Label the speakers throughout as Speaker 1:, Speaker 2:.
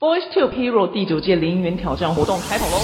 Speaker 1: Boys to Hero 第九届零元挑战活动开跑喽！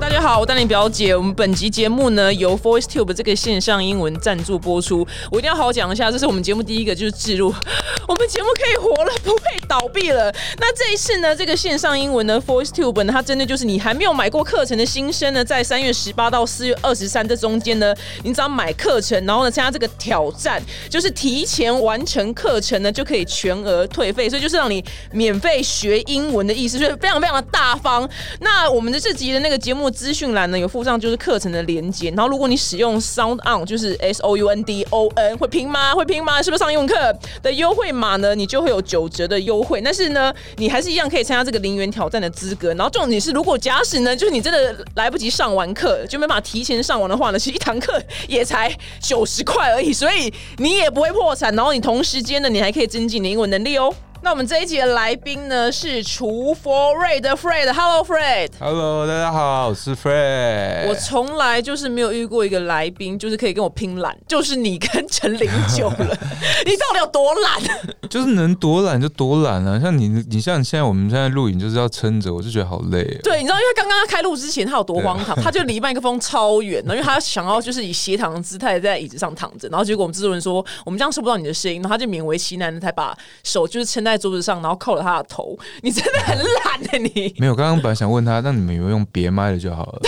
Speaker 1: 大家好，我丹林表姐。我们本集节目呢由 VoiceTube 这个线上英文赞助播出。我一定要好好讲一下，这是我们节目第一个就是置入， 我们节目可以活了，不会倒闭了。那这一次呢，这个线上英文呢 VoiceTube 呢，它针对就是你还没有买过课程的新生呢，在三月十八到四月二十三这中间呢，你只要买课程，然后呢参加这个挑战，就是提前完成课程呢，就可以全额退费，所以就是让你免费学英文的意思，所以非常非常的大方。那我们的这集的那个节目资讯栏呢，有附上就是课程的连接。然后如果你使用 Sound On，就是 S O U N D O N，会拼吗？会拼吗？是不是上英文课的优惠码呢？你就会有九折的优惠。但是呢，你还是一样可以参加这个零元挑战的资格。然后重点是，如果假使呢，就是你真的来不及上完课，就没办法提前上完的话呢，其实一堂课也才九十块而已，所以你也不会破产。然后你同时间呢，你还可以增进你的英文能力哦。那我们这一集的来宾呢是厨佛瑞的 Fred，Hello Fred。
Speaker 2: Hello，大家好，我是 Fred。
Speaker 1: 我从来就是没有遇过一个来宾，就是可以跟我拼懒，就是你跟陈零九 了，你到底有多懒？
Speaker 2: 就是能多懒就多懒啊，像你，你像现在我们现在录影就是要撑着，我就觉得好累、哦。
Speaker 1: 对，你知道，因为刚刚他开录之前他有多荒唐，他就离麦克风超远，然后因为 他想要就是以斜躺的姿态在椅子上躺着，然后结果我们制作人说我们这样收不到你的声音，然后他就勉为其难的才把手就是撑在桌子上，然后扣了他的头。你真的很懒的、欸你，
Speaker 2: 没有，刚刚本来想问他，那你们有没有用别麦的就 好了。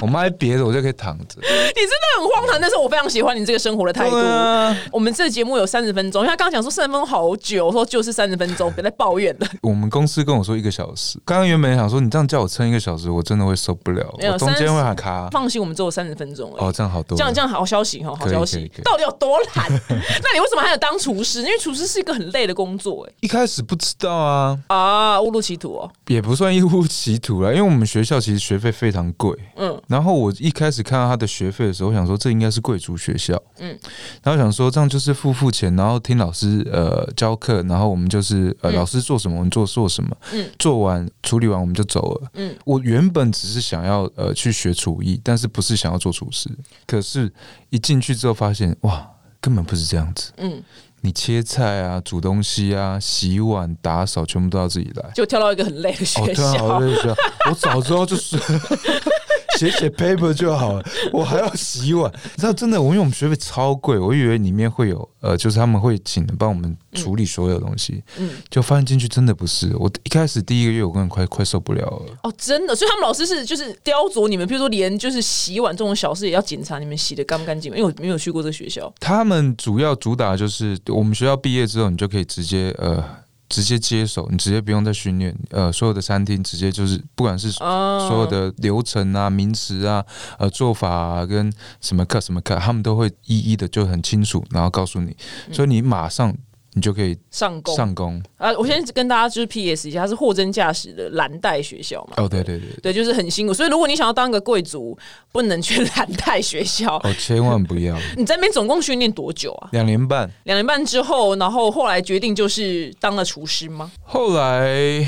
Speaker 2: 我麦别的，我就可以躺着。
Speaker 1: 你真的很荒唐，但是我非常喜欢你这个生活的态度。
Speaker 2: 对啊，
Speaker 1: 我们这个节目有三十分钟，因为他刚刚讲说三十分钟好久，我说就是三十分钟，别再抱怨了。
Speaker 2: 我们公司跟我说一个小时，刚刚原本想说你这样叫我撑一个小时，我真的会受不了，
Speaker 1: 没有
Speaker 2: 我中间会喊卡。
Speaker 1: 放心，我们只有三十分钟而已。
Speaker 2: 哦，这样好多了。
Speaker 1: 这样这样好消息哈，哦好
Speaker 2: 可以
Speaker 1: 消
Speaker 2: 可以
Speaker 1: 息
Speaker 2: 可，以
Speaker 1: 到底有多 懒？那你为什么还想当厨师？因为厨师是一个很累的工作哎、
Speaker 2: 一开始不知道啊，
Speaker 1: 啊，误入歧途哦。
Speaker 2: 也不算一屋歧途啦，因为我们学校其实学费非常贵。
Speaker 1: 嗯，
Speaker 2: 然后我一开始看到他的学费的时候，我想说这应该是贵族学校，
Speaker 1: 嗯
Speaker 2: 嗯，然后想说这样就是付付钱，然后听老师呃教课，然后我们就是呃、
Speaker 1: 嗯
Speaker 2: 老师做什么我们做做什么，
Speaker 1: 嗯
Speaker 2: 嗯，做完处理完我们就走了，
Speaker 1: 嗯
Speaker 2: 嗯，我原本只是想要呃去学厨艺，但是不是想要做厨师，可是一进去之后发现哇，根本不是这样子，
Speaker 1: 嗯，
Speaker 2: 你切菜啊、煮东西啊、洗碗、打扫，全部都要自己来。
Speaker 1: 就跳到一个很累的学
Speaker 2: 哦，对
Speaker 1: 校。
Speaker 2: 啊，我就觉得我早知道就是 写写 paper 就好了，我还要洗碗。你知道，真的，我因为我们学费超贵，我以为里面会有呃，就是他们会请人帮我们处理所有东西，
Speaker 1: 嗯，
Speaker 2: 就发现进去真的不是。我一开始第一个月，我根本快快受不了了。
Speaker 1: 哦，真的，所以他们老师是就是雕琢你们，比如说连就是洗碗这种小事也要检查你们洗的干不干净，因为我没有去过这个学校。
Speaker 2: 他们主要主打就是我们学校毕业之后，你就可以直接呃。直接接手，你直接不用再训练，呃，所有的餐厅直接就是，不管是
Speaker 1: 啊，
Speaker 2: 所有的流程啊、名词啊、呃做法啊，跟什么课什么课，他们都会一一的就很清楚，然后告诉你，所以你马上你就可以
Speaker 1: 上工
Speaker 2: 上工。
Speaker 1: 啊，我先跟大家就是 P.S. 一下，它是货真价实的蓝带学校嘛。
Speaker 2: 哦，对对对，
Speaker 1: 对，就是很辛苦，所以如果你想要当个贵族，不能去蓝带学校。
Speaker 2: 哦，千万不要
Speaker 1: 你在那边总共训练多久啊？
Speaker 2: 两年半。
Speaker 1: 两年半之后，然后后来决定就是当了厨师吗？
Speaker 2: 后来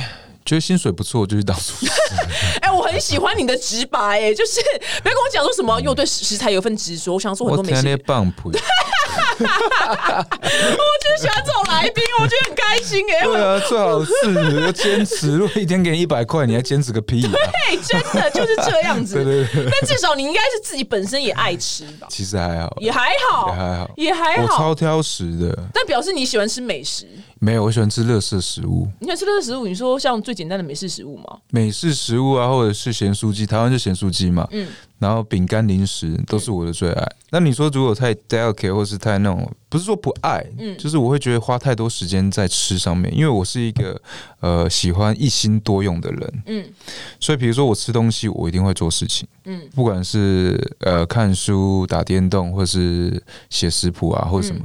Speaker 2: 觉得薪水不错，我就去当厨师。
Speaker 1: 哎、我很喜欢你的直白、哎，就是 不要跟我讲说什么，因为我对食材有份执着，我想说很
Speaker 2: 我
Speaker 1: 多美
Speaker 2: 天
Speaker 1: 食，我
Speaker 2: 天棒 谱，
Speaker 1: 就是喜欢这种来宾，我觉得很开心、 哎，我
Speaker 2: 对啊，最好是要坚持。如果一天给你一百块，你还坚持个屁啊！
Speaker 1: 哎、真的就是这样子。
Speaker 2: 对对对，
Speaker 1: 但至少你应该是自己本身也爱吃吧，
Speaker 2: 其实还好，
Speaker 1: 也还好，
Speaker 2: 也还好
Speaker 1: 也还
Speaker 2: 我
Speaker 1: 好。
Speaker 2: 超挑食的，
Speaker 1: 但表示你喜欢吃美食，
Speaker 2: 没有，我喜欢吃乐色食物。
Speaker 1: 你喜欢吃的食物，你说像最简单的美式食物吗？
Speaker 2: 美式食物啊，或者是咸酥鸡，台湾就咸酥鸡嘛，
Speaker 1: 嗯
Speaker 2: 然后饼干、零食都是我的最爱。那你说如果太 delicate 或是太那种，不是说不爱，
Speaker 1: 嗯
Speaker 2: 就是我会觉得花太多时间在吃上面，因为我是一个呃喜欢一心多用的人，
Speaker 1: 嗯
Speaker 2: 所以比如说我吃东西，我一定会做事情，
Speaker 1: 嗯
Speaker 2: 不管是呃看书、打电动，或是写食谱啊，或者什么，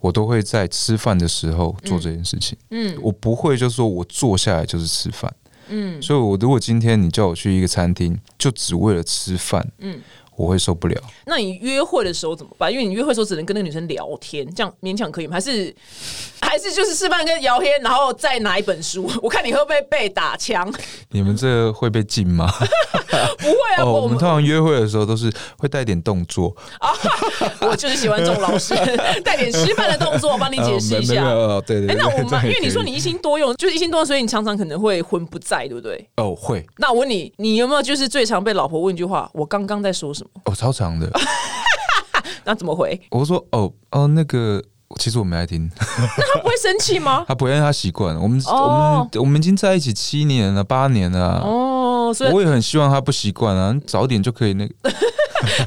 Speaker 2: 我都会在吃饭的时候做这件事情。
Speaker 1: 嗯
Speaker 2: 我不会就是说我坐下来就是吃饭。
Speaker 1: 嗯
Speaker 2: 所以，我如果今天你叫我去一个餐厅，就只为了吃饭，
Speaker 1: 嗯，
Speaker 2: 我会受不了。
Speaker 1: 那你约会的时候怎么办？因为你约会的时候只能跟那个女生聊天，这样勉强可以吗？还是还是就是示范跟聊天，然后再拿一本书， 我看你会不会被打枪？
Speaker 2: 你们这会被禁吗？
Speaker 1: 不会啊，
Speaker 2: 哦，
Speaker 1: 我
Speaker 2: 我们
Speaker 1: 们
Speaker 2: 通常约会的时候都是会带点动作，
Speaker 1: 啊，我就是喜欢这种老 师 带点示范的动作，我帮你解释一下
Speaker 2: 呃没。没有哦对
Speaker 1: 哎、
Speaker 2: 对对，
Speaker 1: 那我
Speaker 2: 这样
Speaker 1: 们
Speaker 2: 也
Speaker 1: 因为你
Speaker 2: 可以
Speaker 1: 说你一心多用，就是一心多用，所以你常常可能会魂不在，对不对？
Speaker 2: 哦会
Speaker 1: 那我问你，你有没有就是最常被老婆问一句话：“我刚刚在说什么
Speaker 2: 哦超长的，？”
Speaker 1: 那怎么回？
Speaker 2: 我说哦哦那个，其实我没爱听， 啊
Speaker 1: 那他不会生气吗？
Speaker 2: 他不会让他习惯了。我们、
Speaker 1: 哦
Speaker 2: 我们我们已经在一起七年了，八年了啊、
Speaker 1: 哦，所以
Speaker 2: 我也很希望他不习惯啊，你早点就可以那个。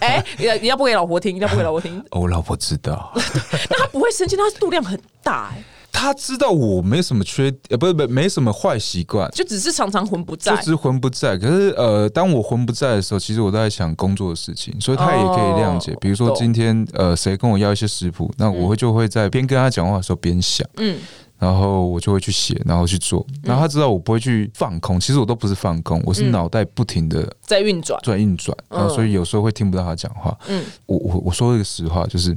Speaker 1: 哎，你要你要不给老婆听，你要不给老婆听，
Speaker 2: 哦，我老婆 知道，
Speaker 1: 那他不会生气，那他度量很大、哎，
Speaker 2: 她知道我没什么缺，呃，不是不是没什么坏习惯，
Speaker 1: 就只是常常魂不在
Speaker 2: 就。只是魂不在。可是呃，当我魂不在的时候，其实我都在想工作的事情，所以他也可以谅解。
Speaker 1: 哦
Speaker 2: 比如说
Speaker 1: 懂
Speaker 2: 今天呃，谁跟我要一些食谱，那我会就会在边跟他讲话的时候边想，
Speaker 1: 嗯，
Speaker 2: 然后我就会去写，然后去做。然后他知道我不会去放空，其实我都不是放空，我是
Speaker 1: 嗯
Speaker 2: 脑袋不停的
Speaker 1: 在运转。
Speaker 2: 转运转，
Speaker 1: 嗯
Speaker 2: 然后所以有时候会听不到他讲话。
Speaker 1: 嗯
Speaker 2: 我我我说一个实话，就是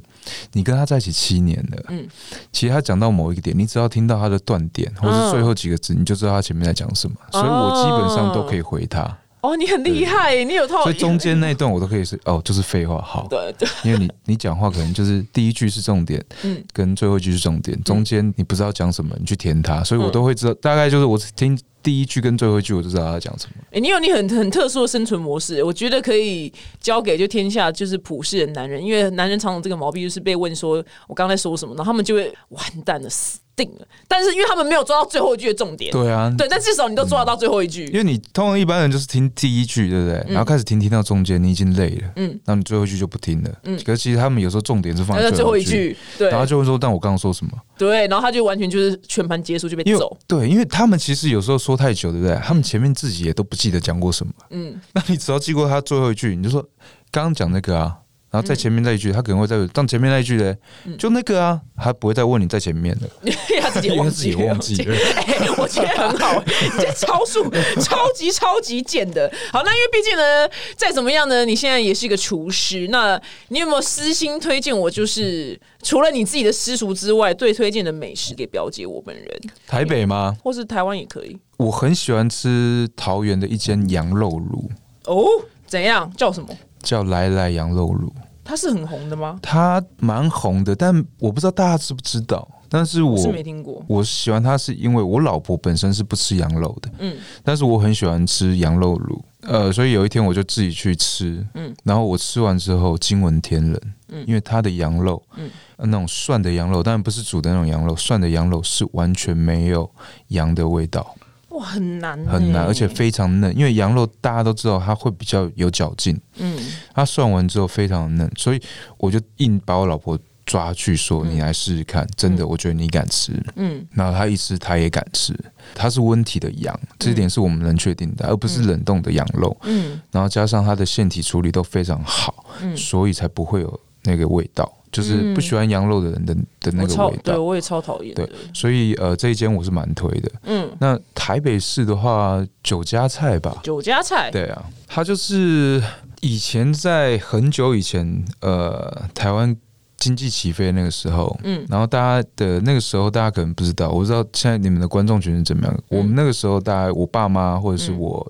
Speaker 2: 你跟他在一起七年了，
Speaker 1: 嗯
Speaker 2: 其实他讲到某一个点，你只要听到他的断点或
Speaker 1: 嗯
Speaker 2: 是最后几个字，你就知道他前面在讲什么，所以我基本上都可以回他，
Speaker 1: 哦，你很厉害、哎你有套。
Speaker 2: 所以中间那一段我都可以是哦，就是废话好。
Speaker 1: 对对，
Speaker 2: 因为你你讲话可能就是第一句是重点，
Speaker 1: 嗯
Speaker 2: 跟最后一句是重点，中间你不知道讲什么，你去填它，所以
Speaker 1: 嗯
Speaker 2: 我都会知道，大概就是我听第一句跟最后一句，我就知道他在讲什么。
Speaker 1: 哎、你有你很很特殊的生存模式，我觉得可以交给就天下就是普世的男人，因为男人常常这个毛病就是被问说我刚才说什么，然后他们就会完蛋了，死定了。但是因为他们没有抓到最后一句的重点，
Speaker 2: 对啊，
Speaker 1: 对，但至少你都抓得到最后一句。
Speaker 2: 因为你通常一般人就是听第一句，对不对？然后开始听，听到中间你已经累了，
Speaker 1: 嗯
Speaker 2: 嗯，然后你最后一句就不听了，嗯。可是其实他们有时候重点是放
Speaker 1: 然后最
Speaker 2: 在最
Speaker 1: 后
Speaker 2: 后
Speaker 1: 一
Speaker 2: 一句，
Speaker 1: 句，对
Speaker 2: 然后就会说：“但我刚刚说什么
Speaker 1: 对，然后他就完全就是全盘结束就被？”
Speaker 2: 因为
Speaker 1: 走，
Speaker 2: 对，因为他们其实有时候说太久，对不对？他们前面自己也都不记得讲过什么，
Speaker 1: 嗯
Speaker 2: 嗯。那你只要记过他最后一句，你就说刚刚讲那个啊。然后在前面那一句，他可能会再，但前面那一句嘞，就那个啊，他不会再问你在前面了，
Speaker 1: 因为 他自己也
Speaker 2: 因为
Speaker 1: 忘
Speaker 2: 自己
Speaker 1: 记
Speaker 2: 也 忘记了。
Speaker 1: 哎，我觉得很好， 这超 速，超级超级贱的。好，那因为毕竟呢，再怎么样呢，你现在也是一个厨师，那你有没有私心推荐我？就是除了你自己的私塾之外，最推荐的美食给表姐我本 人，
Speaker 2: 台北吗？
Speaker 1: 或是台湾也可以
Speaker 2: 我很喜欢吃桃园的一间羊肉炉，
Speaker 1: 哦。怎样叫什么？
Speaker 2: 叫来来羊肉炉。
Speaker 1: 它是很红的吗？
Speaker 2: 它蛮红的，但我不知道大家知不知道。但是我
Speaker 1: 我是没听过。
Speaker 2: 我喜欢它是因为我老婆本身是不吃羊肉的，
Speaker 1: 嗯
Speaker 2: 但是我很喜欢吃羊肉卤，呃，所以有一天我就自己去吃，
Speaker 1: 嗯
Speaker 2: 嗯，然后我吃完之后惊为天人，
Speaker 1: 嗯
Speaker 2: 因为它的羊肉，
Speaker 1: 嗯
Speaker 2: 嗯，那种涮的羊肉，当然不是煮的那种羊肉，涮的羊肉是完全没有羊的味道，
Speaker 1: 哇，很难、
Speaker 2: 很难，而且非常嫩，因为羊肉大家都知道它会比较有嚼劲，
Speaker 1: 嗯，
Speaker 2: 它涮完之后非常嫩，所以我就硬把我老婆抓去说：“
Speaker 1: 嗯
Speaker 2: 你来试试看，真的，我觉得你敢吃。”
Speaker 1: 嗯，
Speaker 2: 然后她一吃，她也敢吃。它是温体的羊，这一点是我们能确定的，而不是冷冻的羊肉。
Speaker 1: 嗯
Speaker 2: 然后加上它的腺体处理都非常好，
Speaker 1: 嗯
Speaker 2: 所以才不会有那个味道，就是不喜欢羊肉的人的的那
Speaker 1: 我
Speaker 2: 个
Speaker 1: 超
Speaker 2: 味
Speaker 1: 对
Speaker 2: 道。
Speaker 1: 我也超讨厌的
Speaker 2: 对。所以呃，这一间我是蛮推的。
Speaker 1: 嗯，
Speaker 2: 那台北市的话，酒家菜吧，
Speaker 1: 酒家菜，
Speaker 2: 对啊，他就是以前在很久以前，呃，台湾经济起飞那个时候，
Speaker 1: 嗯
Speaker 2: 然后大家的那个时候，大家可能不知道，我不知道现在你们的观众群是怎么样。
Speaker 1: 嗯
Speaker 2: 我们那个时候，大概我爸妈或者是我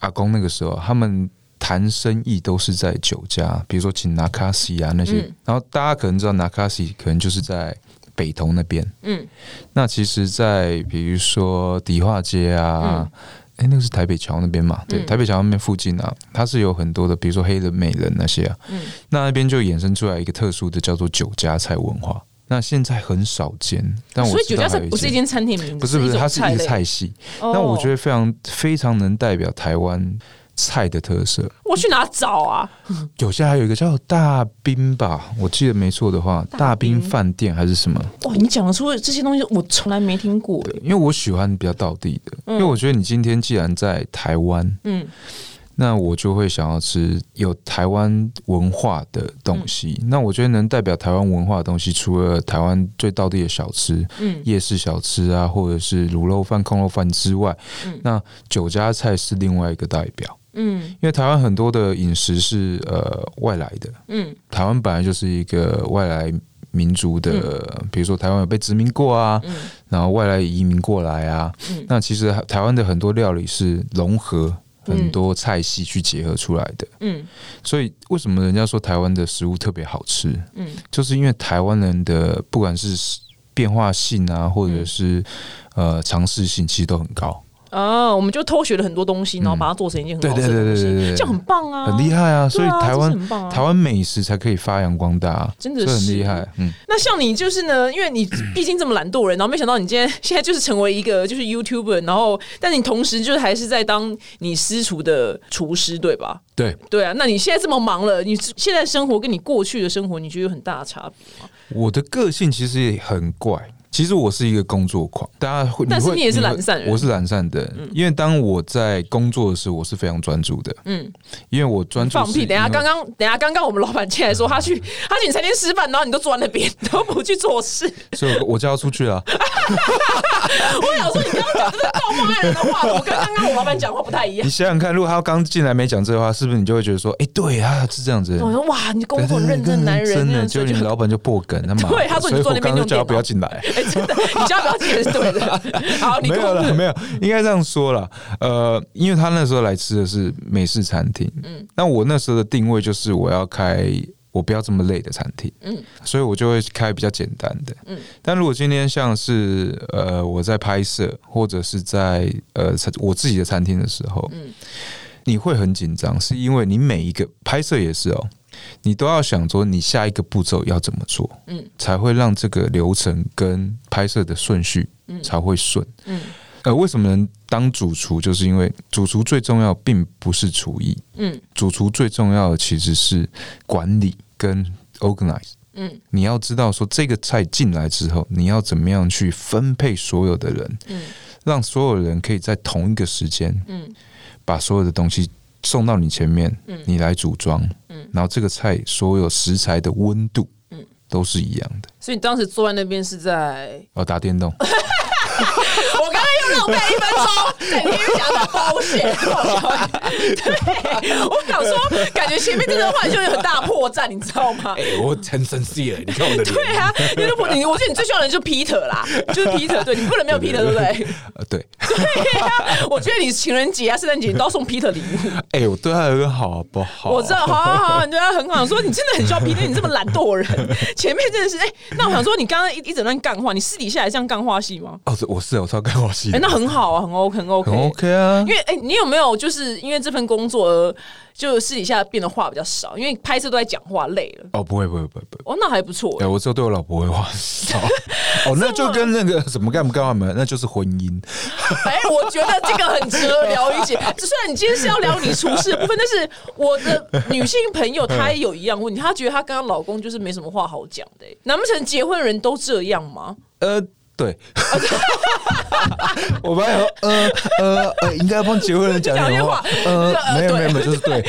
Speaker 2: 阿公那个时候，他们。谈生意都是在酒家，比如说请拿卡西啊那些，
Speaker 1: 嗯
Speaker 2: 然后大家可能知道拿卡西可能就是在北投那边，
Speaker 1: 嗯
Speaker 2: 那其实，在比如说迪化街啊，哎、那个是台北桥那边嘛，对，
Speaker 1: 嗯
Speaker 2: 台北桥那边附近啊，它是有很多的，比如说黑人、美人那些啊，
Speaker 1: 嗯
Speaker 2: 那那边就衍生出来一个特殊的叫做酒家菜文化。那现在很少见，但我
Speaker 1: 所以酒
Speaker 2: 知道
Speaker 1: 家
Speaker 2: 还
Speaker 1: 菜
Speaker 2: 有
Speaker 1: 不是一
Speaker 2: 间，
Speaker 1: 间餐厅名字，
Speaker 2: 不是不是，
Speaker 1: 种
Speaker 2: 它是一个
Speaker 1: 类
Speaker 2: 菜系。
Speaker 1: 哦
Speaker 2: 那我觉得非常非常能代表台湾菜的特色。
Speaker 1: 我去哪找啊？
Speaker 2: 有些还有一个叫大冰吧，我记得没错的话，
Speaker 1: 大
Speaker 2: 大
Speaker 1: 冰
Speaker 2: 冰饭店还是什么？
Speaker 1: 哇，你讲得出这些东西，我从来没听过。
Speaker 2: 对，因为我喜欢比较道地的，因为我觉得你今天既然在台湾，
Speaker 1: 嗯
Speaker 2: 那我就会想要吃有台湾文化的东西。
Speaker 1: 嗯
Speaker 2: 那我觉得能代表台湾文化的东西，除了台湾最道地的小吃、
Speaker 1: 嗯
Speaker 2: 夜市小吃啊，或者是卤肉饭、空肉饭之外，
Speaker 1: 嗯
Speaker 2: 那酒家菜是另外一个代表。
Speaker 1: 嗯
Speaker 2: 因为台湾很多的饮食是呃外来的，
Speaker 1: 嗯
Speaker 2: 台湾本来就是一个外来民族的，比如说台湾有被殖民过啊，
Speaker 1: 嗯
Speaker 2: 然后外来移民过来啊。
Speaker 1: 嗯
Speaker 2: 那其实台湾的很多料理是融合
Speaker 1: 嗯
Speaker 2: 很多菜系去结合出来的，
Speaker 1: 嗯
Speaker 2: 所以为什么人家说台湾的食物特别好吃，
Speaker 1: 嗯
Speaker 2: 就是因为台湾人的不管是变化性啊，或者
Speaker 1: 嗯
Speaker 2: 是呃尝试性，其实都很高。
Speaker 1: 啊，我们就偷学了很多东西，然后
Speaker 2: 嗯
Speaker 1: 把它做成一件很
Speaker 2: 对
Speaker 1: 好
Speaker 2: 对
Speaker 1: 吃的
Speaker 2: 对
Speaker 1: 东
Speaker 2: 对
Speaker 1: 西，
Speaker 2: 对对，
Speaker 1: 这样很棒啊，
Speaker 2: 很厉
Speaker 1: 害。
Speaker 2: 害啊！所以台湾、
Speaker 1: 很棒啊，
Speaker 2: 台湾美食才可以发扬光大，
Speaker 1: 真的
Speaker 2: 这很
Speaker 1: 是
Speaker 2: 厉害。嗯，
Speaker 1: 那像你就是呢，因为你毕竟这么懒惰人，然后没想到你今天现在就是成为一个就是 YouTuber，然后但你同时就是还是在当你私厨的厨师，对吧？
Speaker 2: 对，
Speaker 1: 对啊，那你现在这么忙了，你现在生活跟你过去的生活，你觉得有很大的差别？
Speaker 2: 我的个性其实也很怪。其实我是一个工作狂，大家会，
Speaker 1: 但是
Speaker 2: 会
Speaker 1: 你也是懒
Speaker 2: 会
Speaker 1: 散人
Speaker 2: 我是懒散的人，因为当我在工作的时候，我是非常专注的，
Speaker 1: 嗯，
Speaker 2: 因为我专注
Speaker 1: 放
Speaker 2: 是
Speaker 1: 屁！
Speaker 2: 因
Speaker 1: 等一下
Speaker 2: 为
Speaker 1: 刚刚等一下刚刚我们老板进来说他去他去你餐厅吃饭，然后你都坐在那边都不去做事。
Speaker 2: 所以我我就要出去啊了。
Speaker 1: 我想说你刚刚讲这个造化爱人的话，怎么跟刚刚我老板讲话不太一样
Speaker 2: 你？想想看，如果他刚进来没讲这话，是不是你就会觉得说，哎、对啊，是这样子的人。
Speaker 1: 我说哇，你工作很认
Speaker 2: 对
Speaker 1: 真的男人，
Speaker 2: 真
Speaker 1: 那
Speaker 2: 的，
Speaker 1: 样
Speaker 2: 就
Speaker 1: 子
Speaker 2: 你
Speaker 1: 就
Speaker 2: 老板就破梗，他妈的。
Speaker 1: 对 他说你
Speaker 2: 所以
Speaker 1: 坐
Speaker 2: 我
Speaker 1: 那边
Speaker 2: 刚刚
Speaker 1: 用
Speaker 2: 叫他
Speaker 1: 电
Speaker 2: 不要
Speaker 1: 脑
Speaker 2: 进来。
Speaker 1: 哎、真的，你千万不要记得是对的。好，你
Speaker 2: 没有
Speaker 1: 控
Speaker 2: 了，
Speaker 1: 制
Speaker 2: 没有，应该这样说了。呃，因为他那时候来吃的是美式餐厅，嗯，那我那时候的定位就是我要开我不要这么累的餐厅，
Speaker 1: 嗯
Speaker 2: 嗯，所以我就会开比较简单的，嗯。但如果今天像是呃我在拍摄或者是在呃餐我自己的餐厅的时候，
Speaker 1: 嗯
Speaker 2: 嗯，你会很紧张，是因为你每一个拍摄也是哦。你都要想说你下一个步骤要怎么做，
Speaker 1: 嗯
Speaker 2: 嗯，才会让这个流程跟拍摄的顺序，
Speaker 1: 嗯
Speaker 2: 才会顺。
Speaker 1: 嗯
Speaker 2: 呃，为什么能当主厨？就是因为主厨最重要并不是厨艺，
Speaker 1: 嗯
Speaker 2: 主厨最重要的其实是管理跟 organize。
Speaker 1: 嗯
Speaker 2: 你要知道说这个菜进来之后，你要怎么样去分配所有的人，
Speaker 1: 嗯
Speaker 2: 让所有人可以在同一个时间
Speaker 1: 嗯
Speaker 2: 把所有的东西送到你前面，
Speaker 1: 嗯
Speaker 2: 你来组装，
Speaker 1: 嗯。
Speaker 2: 然后这个菜所有食材的温度
Speaker 1: 嗯
Speaker 2: 都是一样的。
Speaker 1: 所以你当时坐在那边是 在，
Speaker 2: 哦，打 电动，
Speaker 3: 哎
Speaker 1: 我刚刚又浪费了一分钟在你边讲的保险，对，我想说，感觉前面这段话就有很大破绽，你知道吗？
Speaker 3: 哎、我很生气了，你看我的脸。
Speaker 1: 对啊，因为我你，我觉得你最需要的人就是 Peter 啦，就是 Peter，对你不能 没有 Peter，对不对？
Speaker 2: 呃，对，
Speaker 1: 对啊，我觉得你情人节啊、圣诞节你都要送 Peter 礼物。
Speaker 2: 哎、我对他有点好不好？
Speaker 1: 我知道，好好好，你对啊他很好，说你真的很需要 Peter，你这么懒惰的人，前面真的是哎、那我想说，你刚刚一一整段干话，你私底下也这样干话戏吗？
Speaker 2: 哦，是我是我超干我戏
Speaker 1: 哎、
Speaker 2: 的，
Speaker 1: 那很好啊，很 OK，很 OK，,
Speaker 2: 很 OK 啊
Speaker 1: 因。为哎、你有没有就是因为这份工作而就私底下变得话比较少，因为拍摄都在讲话累了。
Speaker 2: 哦，不会不会不会不会。
Speaker 1: 哦，那还不错
Speaker 2: 哎、
Speaker 1: 哎、
Speaker 2: 我只有对我老婆会话 少。哦，那就跟那个什么干不干嘛没有，那就是婚姻。
Speaker 1: 哎我觉得这个很值得聊 一解。虽然你今天是要聊你厨师的部分，但是我的女性朋友她也有一样问题，她觉得她跟她老公就是没什么话好讲的、哎难不成结婚的人都这样吗？
Speaker 2: 呃，对。 我发现呃呃呃，应该要帮结婚人讲
Speaker 1: 讲
Speaker 2: 点
Speaker 1: 些
Speaker 2: 话
Speaker 1: 话。
Speaker 2: 呃，没有
Speaker 1: 对
Speaker 2: 没有没有，就是
Speaker 1: 真
Speaker 2: 对，
Speaker 1: 的